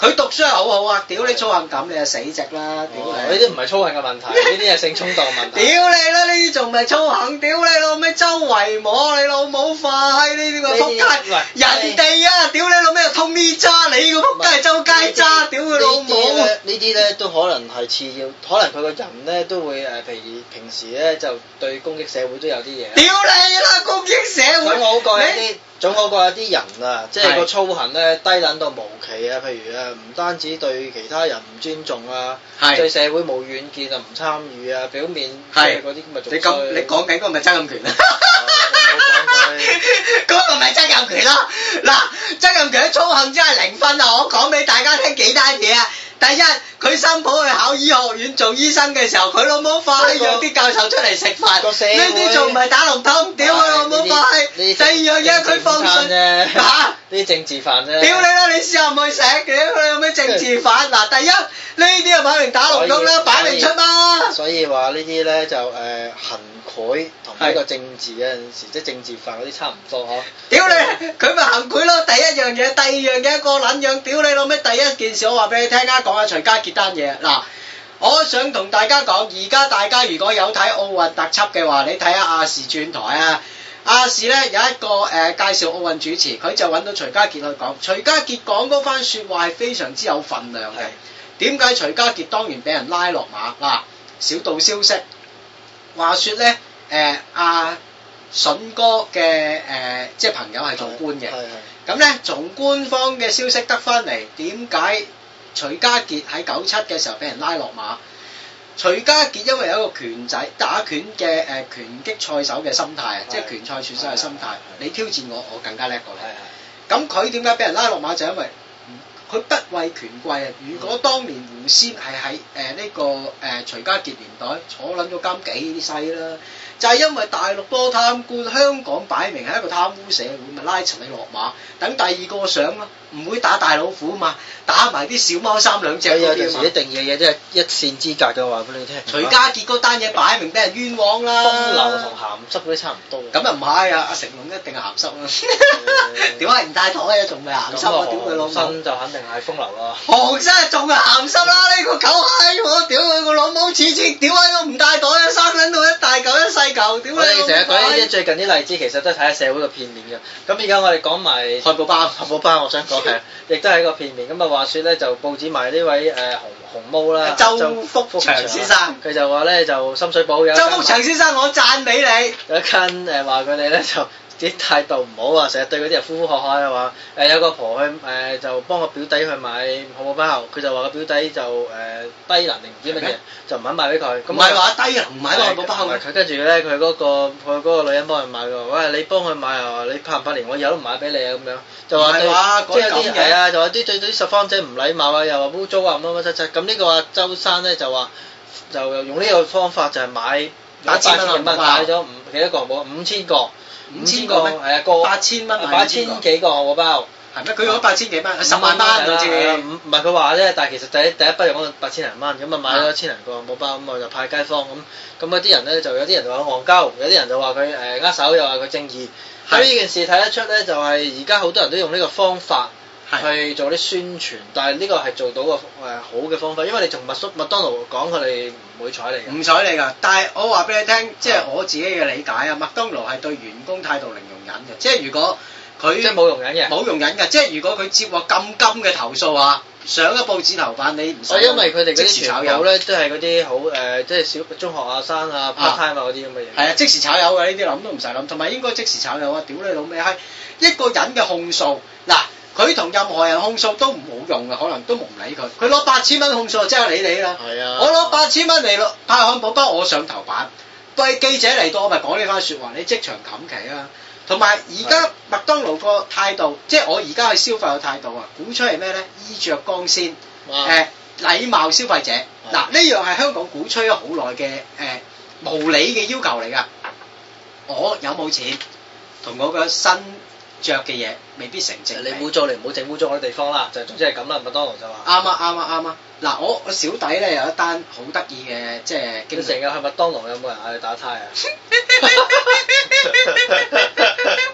Speaker 1: 佢讀書係好好啊，屌你粗行咁，你係死直啦，屌
Speaker 2: 哦呢
Speaker 1: 你！
Speaker 2: 啲唔係操行嘅 問題，呢啲係性衝動嘅問題。
Speaker 1: 屌你啦！呢啲仲唔係粗行？屌你老味，周圍摸你老母快呢啲個
Speaker 2: 呢啲
Speaker 1: 撲街！
Speaker 2: 喂
Speaker 1: 人哋啊，屌你老味又通呢渣，你個撲街係周街渣，屌佢老
Speaker 2: 呢啲
Speaker 1: 母！
Speaker 2: 咧呢啲咧都可能係次要，可能佢個人咧都會誒，譬如平時咧就對攻擊社會都有啲嘢。
Speaker 1: 屌你啦！攻擊社會，
Speaker 2: 總好過有
Speaker 1: 你
Speaker 2: 啲，總好過有啲人啊，即
Speaker 1: 係
Speaker 2: 係個操行咧低撚到無期啊！譬如啊，唔單止對其他人唔尊重啊，
Speaker 1: 係
Speaker 2: 對社會冇遠見啊，唔參與啊，表面即係
Speaker 1: 係
Speaker 2: 嗰啲咁咪仲
Speaker 1: 你咁
Speaker 2: 衰
Speaker 1: 你講緊嗰個咪曾蔭權啊？
Speaker 2: 我冇講
Speaker 1: 嗰個咪曾蔭權咯。嗱，曾蔭權嘅操行真係零分啊！我講俾大家聽幾單嘢啊。第一，佢新抱去考醫學院做醫生嘅時候，佢老母快約啲教授出嚟食飯，
Speaker 2: 個社會
Speaker 1: 呢啲仲唔係打龍通？屌佢老母快！
Speaker 2: 呢啲
Speaker 1: 第二樣嘢佢放
Speaker 2: 政治午餐
Speaker 1: 信
Speaker 2: 啫
Speaker 1: 嚇。
Speaker 2: 呢啲政治犯啫。
Speaker 1: 屌你啦！你試下唔去食，屌你有咩政治犯？嗱，第一呢啲啊擺明打龍通啦，擺明出貓
Speaker 2: 所以話呢啲咧就誒行賄同呢個政治有陣時即係政治犯嗰啲差唔多呵。
Speaker 1: 屌你，佢咪行賄咯！第一樣嘢，第二樣嘢個撚樣，屌你老味！第一件事我話俾你聽啊，講下徐家傑單嘢嗱。我想同大家講，而家大家如果有睇奧運特輯嘅話，你睇下亞視轉台啊！亞視咧有一個誒、呃介紹奧運主持，佢就揾到徐家傑去講。徐家傑講嗰番説話係非常之有分量嘅
Speaker 2: 係。
Speaker 1: 點解徐家傑當然俾人拉落馬嗱？小道消息，話説咧誒阿筍哥嘅誒、呃即係朋友係做官嘅
Speaker 2: 係。係
Speaker 1: 咁咧，從官方嘅消息得翻嚟，點解徐家傑喺九七嘅時候俾人拉落馬。徐家傑因為有一個拳仔打拳嘅誒、呃拳擊賽手嘅心態啊，即係拳賽選手嘅心
Speaker 2: 係係係，
Speaker 1: 態你挑戰我，我更加叻過你。
Speaker 2: 係
Speaker 1: 咁佢點解俾人拉落馬就因為佢不畏權貴啊！如果當年胡仙係喺誒呢個誒、呃徐家傑年代坐撚咗監幾世啦，就係、因為大陸多貪官，香港擺明係一個貪污社會，咪拉陳你落馬，等第二個上啦，唔會打大老虎啊嘛，打埋啲小貓三兩隻
Speaker 2: 係，有陣
Speaker 1: 嗰啲啊
Speaker 2: 時一
Speaker 1: 嘛。
Speaker 2: 定嘅嘢真係一線之隔嘅話俾你聽。
Speaker 1: 徐家傑嗰單嘢擺明俾人冤枉啦。
Speaker 2: 風流同鹹濕嗰啲差唔多。
Speaker 1: 嗯咁又唔係啊！阿成龍一定係鹹濕啦， 屌係唔帶台啊，仲咪鹹濕啊！屌佢老母！
Speaker 2: 身就肯定係風流啦。
Speaker 1: 黃生哦仲鹹濕啦！呢、個狗閪我屌佢個老母次次屌閪我唔帶袋啊，生撚到一大嚿一細嚿，屌你
Speaker 2: 我哋成日講呢啲
Speaker 1: 呢
Speaker 2: 最近啲例子，其實都係睇下社會嘅片面嘅。咁而家我哋講埋
Speaker 1: 漢堡包
Speaker 2: 漢堡包，我想講係，亦都係一個片面。咁啊，話説咧就報紙埋呢位誒紅紅毛啦，
Speaker 1: 周福祥先生
Speaker 2: 佢就話咧就深水埗有一間
Speaker 1: 周福祥先生，我讚美你。
Speaker 2: 有一間誒話佢哋咧就啲態度唔好啊，成日對嗰啲人呼呼喝喝啊話誒有個婆去誒、呃就幫個表弟去買漢堡包，佢就話個表弟就誒、低能定唔知乜
Speaker 1: 係
Speaker 2: 嘢
Speaker 1: 咩，
Speaker 2: 就唔肯買俾佢。咁啊
Speaker 1: 唔係話低能唔買個漢堡包
Speaker 2: 唔係
Speaker 1: 嘅，
Speaker 2: 佢跟住咧，佢嗰、個佢嗰個女人幫佢買喎，喂你幫佢買啊，你怕唔怕連我有都唔買俾你啊咁樣，就話
Speaker 1: 唔係話
Speaker 2: 對即係有
Speaker 1: 講
Speaker 2: 啲
Speaker 1: 咁嘅
Speaker 2: 係啊，就話啲對對啲拾荒者唔禮貌啊，又話污糟啊乜乜七七，咁呢個阿周生咧就話就用呢個方法就係買
Speaker 1: 八千蚊
Speaker 2: 用八
Speaker 1: 啊
Speaker 2: 買咗五幾多個漢堡，五千個，
Speaker 1: 五千個
Speaker 2: 個
Speaker 1: 咩？
Speaker 2: 係啊個
Speaker 1: 八千蚊買
Speaker 2: 八
Speaker 1: 五千個
Speaker 2: 千幾個漢堡包。
Speaker 1: 係咩？佢用咗八千幾蚊，十萬蚊好似。
Speaker 2: 啊係啦唔唔係佢話啫，但係其實第一第一筆用咗八千零蚊，咁啊買咗千零個冇包，咁我就派街坊咁，咁啊嗰啲人咧就有啲人就話佢戇鳩，有啲人就話佢誒握手，又話佢正義。
Speaker 1: 係
Speaker 2: 所以呢件事睇得出咧，就係而家好多人都用呢個方法
Speaker 1: 係
Speaker 2: 去做啲宣傳，但係呢個係做到個誒好嘅方法，因為你同麥叔麥當勞講，佢哋唔會睬你嘅。
Speaker 1: 唔睬你㗎，但係我話俾你聽，即係
Speaker 2: 係
Speaker 1: 我自己嘅理解啊，麥當勞係對員工態度零容忍嘅，即係如果佢
Speaker 2: 即係冇容忍嘅，
Speaker 1: 冇容忍嘅，即係如果佢接獲咁金嘅投訴啊，上一報紙頭版你唔使
Speaker 2: 所哦以因為佢哋嗰
Speaker 1: 即
Speaker 2: 啲
Speaker 1: 時
Speaker 2: 全
Speaker 1: 炒
Speaker 2: 部
Speaker 1: 魷，
Speaker 2: 咧都係嗰啲好誒，即係小中學啊生啊 part time 啊嗰啲咁嘅嘢。
Speaker 1: 係啊，即時炒魷嘅呢啲諗都唔使諗，同埋應該即時炒魷啊！屌你老味閪，一個人嘅控訴嗱。佢同任何人控訴都冇用嘅，可能都冇理佢。佢攞八千蚊控訴，即係理你啦。
Speaker 2: 係啊
Speaker 1: 我攞八千蚊嚟咯，派漢堡包我上頭版。喂，記者嚟到，我咪講呢番説話，你即場冚旗啊！同埋而家麥當勞個態度，即係我而家去消費嘅態度啊，鼓吹係咩咧？衣着光鮮。
Speaker 2: 哇
Speaker 1: 誒禮貌消費者，
Speaker 2: 啊
Speaker 1: 嗱呢樣係香港鼓吹咗好耐嘅誒無理嘅要求嚟㗎。我有冇錢同我個身着嘅嘢未必成正比。
Speaker 2: 你
Speaker 1: 啱
Speaker 2: 污糟，你唔好整污糟我啲地方啦。就總之係咁啦，麥當勞就話。
Speaker 1: 啊啱啊啱啊！嗱我我小弟咧有一單好得意嘅即係經
Speaker 2: 你成
Speaker 1: 歷。
Speaker 2: 日去麥當勞啊有冇人嗌你打呔啊？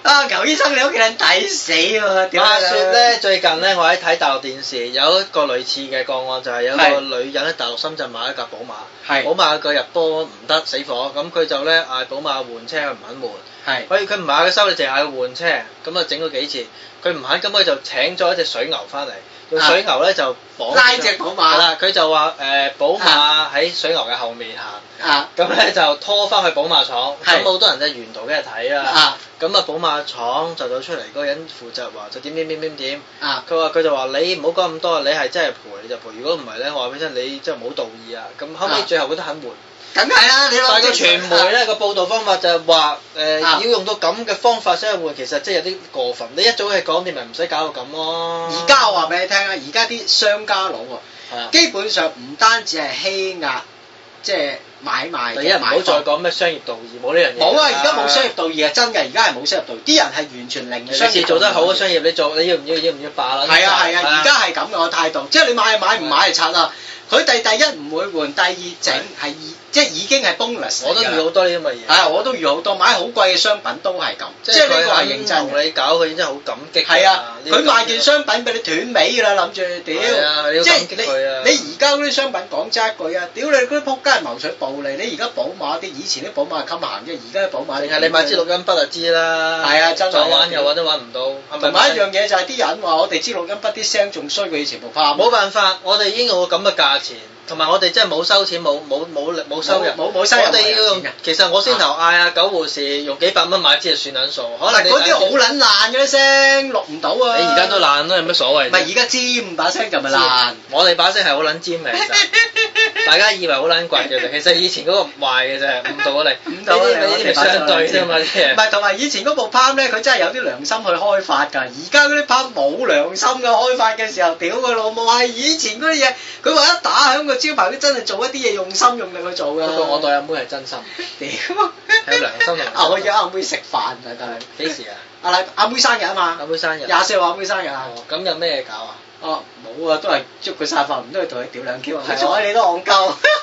Speaker 1: 啊牛醫生你好撚抵死喎！點啊
Speaker 2: 話説咧，啊最近咧，我喺睇大陸電視，有一個類似嘅個案，就係有一個
Speaker 1: 係
Speaker 2: 女人喺大陸深圳買一架寶馬，寶
Speaker 1: 係
Speaker 2: 馬佢入波唔得死火，咁佢就咧嗌寶馬換車，佢唔肯換。
Speaker 1: 係
Speaker 2: 佢佢唔買佢收你，淨係嗌佢換車，咁啊整咗幾次，佢唔肯，咁佢就請咗一隻水牛翻嚟，用水牛咧就綁
Speaker 1: 啊拉隻寶馬
Speaker 2: 係啦，佢就話誒寶馬喺水牛嘅後面行。
Speaker 1: 啊
Speaker 2: 咁咧就拖翻去寶馬廠，
Speaker 1: 係
Speaker 2: 咁好多人就沿途嘅睇啦。
Speaker 1: 啊
Speaker 2: 咁啊，寶馬廠就走出嚟，嗰個人負責話就點點點點點。
Speaker 1: 啊！
Speaker 2: 佢話佢就話你唔好講咁多，你係真係賠你就賠，如果唔係咧，我話俾你聽，你真係冇道義啊！咁後尾
Speaker 1: 啊
Speaker 2: 最後佢都肯換，
Speaker 1: 梗係啊啦，你
Speaker 2: 但
Speaker 1: 攞
Speaker 2: 係個傳媒咧個報導方法就係話誒
Speaker 1: 啊
Speaker 2: 要用到咁嘅方法先去換，其實即係有啲過分。你一早係講，你咪唔使搞到咁咯。
Speaker 1: 而家我話俾你聽啊，而家啲商家佬啊，
Speaker 2: 係啊
Speaker 1: 基本上唔單止係欺壓，即係買賣
Speaker 2: 第一唔好
Speaker 1: 買
Speaker 2: 再
Speaker 1: 房
Speaker 2: 講咩商業道義，冇呢樣嘢。
Speaker 1: 冇啊！而家冇商業道義啊，真嘅，而家係冇商業道義，啲人係完全零商
Speaker 2: 你
Speaker 1: 業
Speaker 2: 事做得好嘅
Speaker 1: 商
Speaker 2: 商業，你做你要唔要要唔要霸啦？
Speaker 1: 係啊係啊，而家係咁嘅態度，即係你買就買，唔買就拆啦。佢第第一唔會換，第二整係已即係已經係 bonus
Speaker 2: 我都遇好多呢啲咁嘅嘢，
Speaker 1: 係啊，我都遇好多買好貴嘅商品都係咁，即
Speaker 2: 係
Speaker 1: 係呢
Speaker 2: 佢
Speaker 1: 個係
Speaker 2: 肯
Speaker 1: 認真嘅。
Speaker 2: 同你搞，佢真係好感激㗎。
Speaker 1: 係啊，
Speaker 2: 呢啲
Speaker 1: 佢賣件商品俾你斷尾㗎啦，諗住屌
Speaker 2: 係啊你要，
Speaker 1: 即係
Speaker 2: 感激
Speaker 1: 你
Speaker 2: 佢啊
Speaker 1: 你而家嗰啲商品講真一句啊，屌你嗰啲撲街係謀取暴道理。你而家寶馬啲，以前啲寶馬係襟行啫，而家啲寶馬
Speaker 2: 定係啊你買支錄音筆就知啦。
Speaker 1: 啊係啊真係
Speaker 2: 再玩又揾都揾唔到，係咪
Speaker 1: 同埋一樣嘢就係啲人話我哋支錄音筆啲聲仲衰過以前部拍
Speaker 2: 冇辦法，我哋已經有個咁嘅價錢，同埋我哋真係冇收錢，冇冇冇力冇收入，
Speaker 1: 冇冇收入啊
Speaker 2: 我哋要用
Speaker 1: 冇人錢㗎，
Speaker 2: 其實我先頭嗌阿九護士用幾百蚊買支就算撚數，可
Speaker 1: 可能
Speaker 2: 能你
Speaker 1: 嗰啲好撚爛嘅啲聲，錄唔到啊！
Speaker 2: 你而家都爛啦，有乜所謂
Speaker 1: 唔
Speaker 2: 啫？
Speaker 1: 係而家尖把聲就咪爛。
Speaker 2: 我哋把聲係好撚尖嘅，其實 大家以為好撚倔嘅，其實以前嗰個唔壞嘅啫， 誤導咗你。
Speaker 1: 唔到啊！
Speaker 2: 呢啲咪呢啲咪相對啫嘛，啲
Speaker 1: 唔
Speaker 2: 嘢。
Speaker 1: 係，同埋以前嗰部 Palm 咧，佢真係有啲良心去開發㗎。而家嗰啲 Palm 冇良心嘅開發嘅時候，屌佢老母係以前嗰啲嘢，佢話一打響個招牌，佢真係做一啲嘢用心用力去做㗎。
Speaker 2: 不過我對阿妹係真心，
Speaker 1: 屌，
Speaker 2: 有良心同良心
Speaker 1: 啊！我約阿妹食飯啊，但係
Speaker 2: 幾時啊？
Speaker 1: 阿禮阿妹生日啊嘛，
Speaker 2: 阿妹生日。
Speaker 1: 廿四號阿妹生日啊。
Speaker 2: 哦，咁有咩搞啊？
Speaker 1: 哦，冇啊，都係祝佢生日快樂，唔都係同佢屌兩 Q 啊！
Speaker 2: 係啊
Speaker 1: 睬你都戇鳩。
Speaker 2: 哦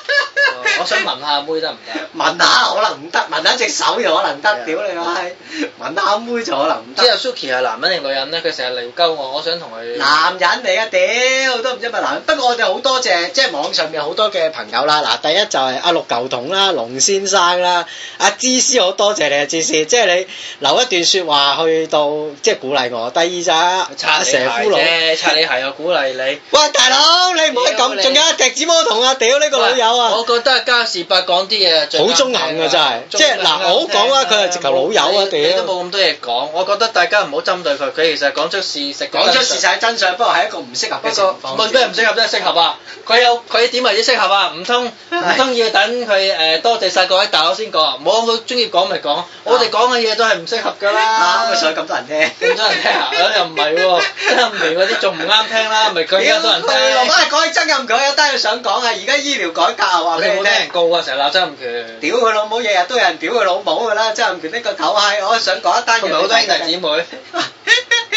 Speaker 2: 我 想問下阿妹得唔得？
Speaker 1: 聞下可能唔得，聞下隻手又可能
Speaker 2: 係
Speaker 1: 得，
Speaker 2: 啊
Speaker 1: 屌你媽閪！聞下阿妹就可能唔
Speaker 2: 唔知
Speaker 1: 得。
Speaker 2: 阿 Suki 係男人定女人咧？佢成日撩鳩我，我想同佢。
Speaker 1: 男人嚟啊，屌都唔知咪男人。不過我哋好多謝，即係網上面好多嘅朋友啦。嗱，第一就係阿六舊桶啦、龍先生啦、阿芝師，好多謝你啊，芝師，即係你留一段説話去到即係鼓勵我。第二就係
Speaker 2: 擦
Speaker 1: 阿
Speaker 2: 你
Speaker 1: 蛇
Speaker 2: 鞋
Speaker 1: 夫佬。
Speaker 2: 啫，擦你鞋又鼓勵你。
Speaker 1: 喂，大佬，你唔好
Speaker 2: 屌你
Speaker 1: 咁，仲有阿笛子魔童啊！屌呢個老友啊！
Speaker 2: 我覺得加士伯講啲嘢最
Speaker 1: 好中肯啊真係即係嗱我好講啊佢係直頭老友啊
Speaker 2: 你你都
Speaker 1: 屌
Speaker 2: 冇咁多嘢講，我覺得大家唔好針對佢，佢其實講出事實，
Speaker 1: 講出事。實係真相，不過係一個唔適合
Speaker 2: 不
Speaker 1: 嘅情
Speaker 2: 過
Speaker 1: 況。
Speaker 2: 唔係咩唔適合都係適合啊！ 佢有佢點為之適合啊？ 唔通唔
Speaker 1: 係
Speaker 2: 通要等佢誒多謝晒各位大佬先講啊？冇佢中意講咪講，我哋講嘅嘢都係唔適合㗎啦
Speaker 1: 啊，。所以咁多人聽。
Speaker 2: 咁多人聽 啊？又唔係喎，聽唔明嗰啲仲唔啱聽啦，咪更加多人聽。
Speaker 1: 唉，講起曾蔭權有單嘢想講啊！而家醫療改革啊，話
Speaker 2: 我
Speaker 1: 俾
Speaker 2: 哋
Speaker 1: 你
Speaker 2: 冇聽人
Speaker 1: 聽。
Speaker 2: 告啊，成日鬧曾蔭權。
Speaker 1: 屌佢老母，日日都有人屌佢老母㗎啦！曾蔭權呢個頭閪，我想講一單嘢。
Speaker 2: 同埋好多兄弟姊妹，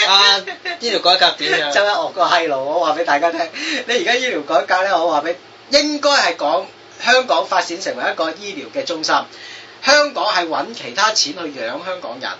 Speaker 2: 啊，醫療改革點
Speaker 1: 周一
Speaker 2: 樣？
Speaker 1: 岳個閪佬，我話俾大家聽，你而家醫療改革咧，我話俾應該係講香港發展成為一個醫療嘅中心，香港係揾其他錢去養香港人，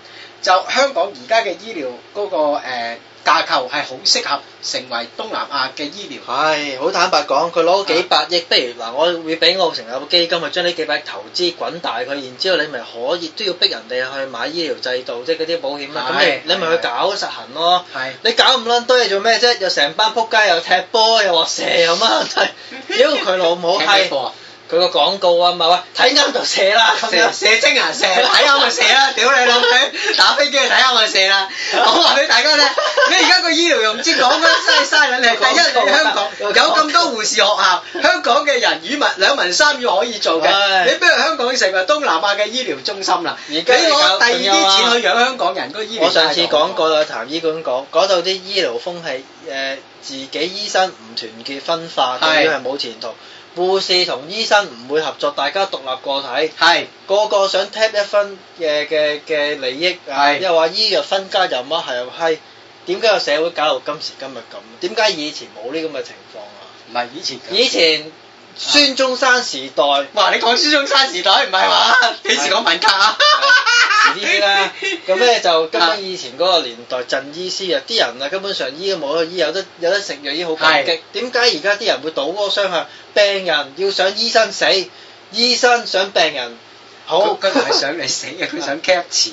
Speaker 1: 就香港而家嘅醫療嗰、個、呃、架構係好適合成為東南亞嘅醫療。
Speaker 2: 係，好坦白講，佢攞
Speaker 1: 啊
Speaker 2: 幾百億，不如嗱，我會俾我成立個基金去將呢幾百億投資滾大佢，然之後你咪可以都要逼人哋去買醫療制度，即係嗰啲保險啦。咁
Speaker 1: 係
Speaker 2: 你你咪去搞實行咯。
Speaker 1: 係
Speaker 2: 你搞咁撚多嘢做咩啫？又成班撲街，又踢波，又話射，又乜問 題？屌佢老母閪！佢個廣告啊嘛，話睇啱就射啦咁
Speaker 1: 啊射
Speaker 2: 樣。
Speaker 1: 射精 啊！射睇下咪射啦，屌你老味！打飛機去睇下咪 射啦！我話俾大家聽，你而家個醫療又唔知講乜，真係嘥 撚你。第一，你香港有咁多護士學校，香港嘅人語文兩文三語可以做嘅，
Speaker 2: 唉
Speaker 1: 你不如香港成為東南亞嘅醫療中心啦。
Speaker 2: 而
Speaker 1: 你攞
Speaker 2: 家
Speaker 1: 第二
Speaker 2: 仲有啊
Speaker 1: 啲錢去養香港人嗰個醫療態度。
Speaker 2: 我上次講過啦，談醫管局嗰度啲醫療風氣，誒、自己醫生唔團結分化，
Speaker 1: 係
Speaker 2: 咁樣係冇前途。護士同醫生唔會合作，大家獨立個體，
Speaker 1: 係
Speaker 2: 個個想 tap 一分嘅嘅嘅利益啊！
Speaker 1: 係
Speaker 2: 又話醫藥分家又乜係又閪，點解個社會搞到今時今日咁？點解以前冇呢咁嘅情況啊？
Speaker 1: 唔係以前
Speaker 2: 以前孫中山時代。
Speaker 1: 哇！你講孫中山時代唔係嘛？幾時講文革啊？
Speaker 2: 遲啲先 啦。咁咧就根本以前嗰個年代贈醫師啊，啲人啊根本上醫都冇得醫，有得有得食藥醫好感激。點解而家啲人會倒戈相向？病人要想醫生死，醫生想病人好。
Speaker 1: 佢佢唔係 想你死嘅，佢想 cap 錢。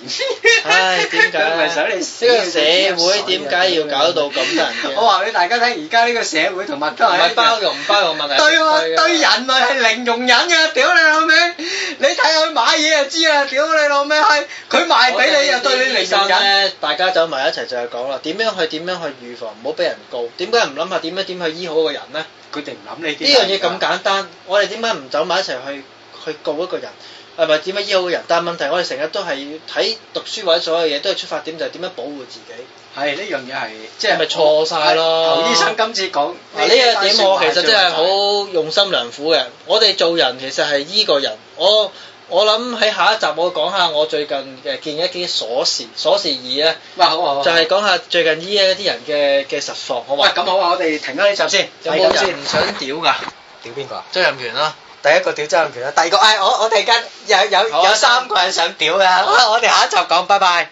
Speaker 2: 唉點解
Speaker 1: 佢唔係想你死。
Speaker 2: 呢個社會點解要搞到咁多人嘅
Speaker 1: 我話俾大家聽，而家呢個社會同麥
Speaker 2: 唔
Speaker 1: 當勞一樣
Speaker 2: 係包容唔包容問題。
Speaker 1: 對我
Speaker 2: 嘅
Speaker 1: 對人類係零容忍嘅，屌你老味！你睇下佢買嘢就知啦，屌你老味閪！佢賣俾你又對你零容
Speaker 2: 我哋啲醫
Speaker 1: 忍。
Speaker 2: 生咧，大家走埋一齊就係講啦，點樣去點樣去預防，唔好俾人告。點解唔諗下點樣點去醫好個人咧？
Speaker 1: 佢哋唔諗呢啲。
Speaker 2: 呢樣嘢咁簡單，我哋點解唔走埋一齊去去告一個人？係咪點樣醫好個人？但係問題我哋成日都係睇讀書或者所有嘢都係出發點就係點樣保護自己。
Speaker 1: 係呢樣嘢係即
Speaker 2: 咪錯晒咯
Speaker 1: 侯醫生今次講
Speaker 2: 嗱呢一
Speaker 1: 番
Speaker 2: 點
Speaker 1: 說
Speaker 2: 我
Speaker 1: 話
Speaker 2: 其實真
Speaker 1: 最
Speaker 2: 係
Speaker 1: 大
Speaker 2: 好用心良苦嘅。我哋做人其實係依個人。我我諗喺下一集我講下我最近嘅見一啲鎖匙鎖匙二咧，
Speaker 1: 哇好啊好啊
Speaker 2: 就係講下最近依一啲人嘅嘅實況，好
Speaker 1: 喂
Speaker 2: 嘛？
Speaker 1: 咁好啊，我哋停咗呢集先，
Speaker 2: 有
Speaker 1: 係咁
Speaker 2: 冇
Speaker 1: 先
Speaker 2: 人唔想屌㗎？
Speaker 1: 屌邊個啊？
Speaker 2: 周任權啦。
Speaker 1: 第一個屌周任權啦，第二個誒、哎、我我哋而家有有
Speaker 2: 好啊
Speaker 1: 有三個人想屌嘅，
Speaker 2: 好啊
Speaker 1: 好我哋下一集講，拜拜。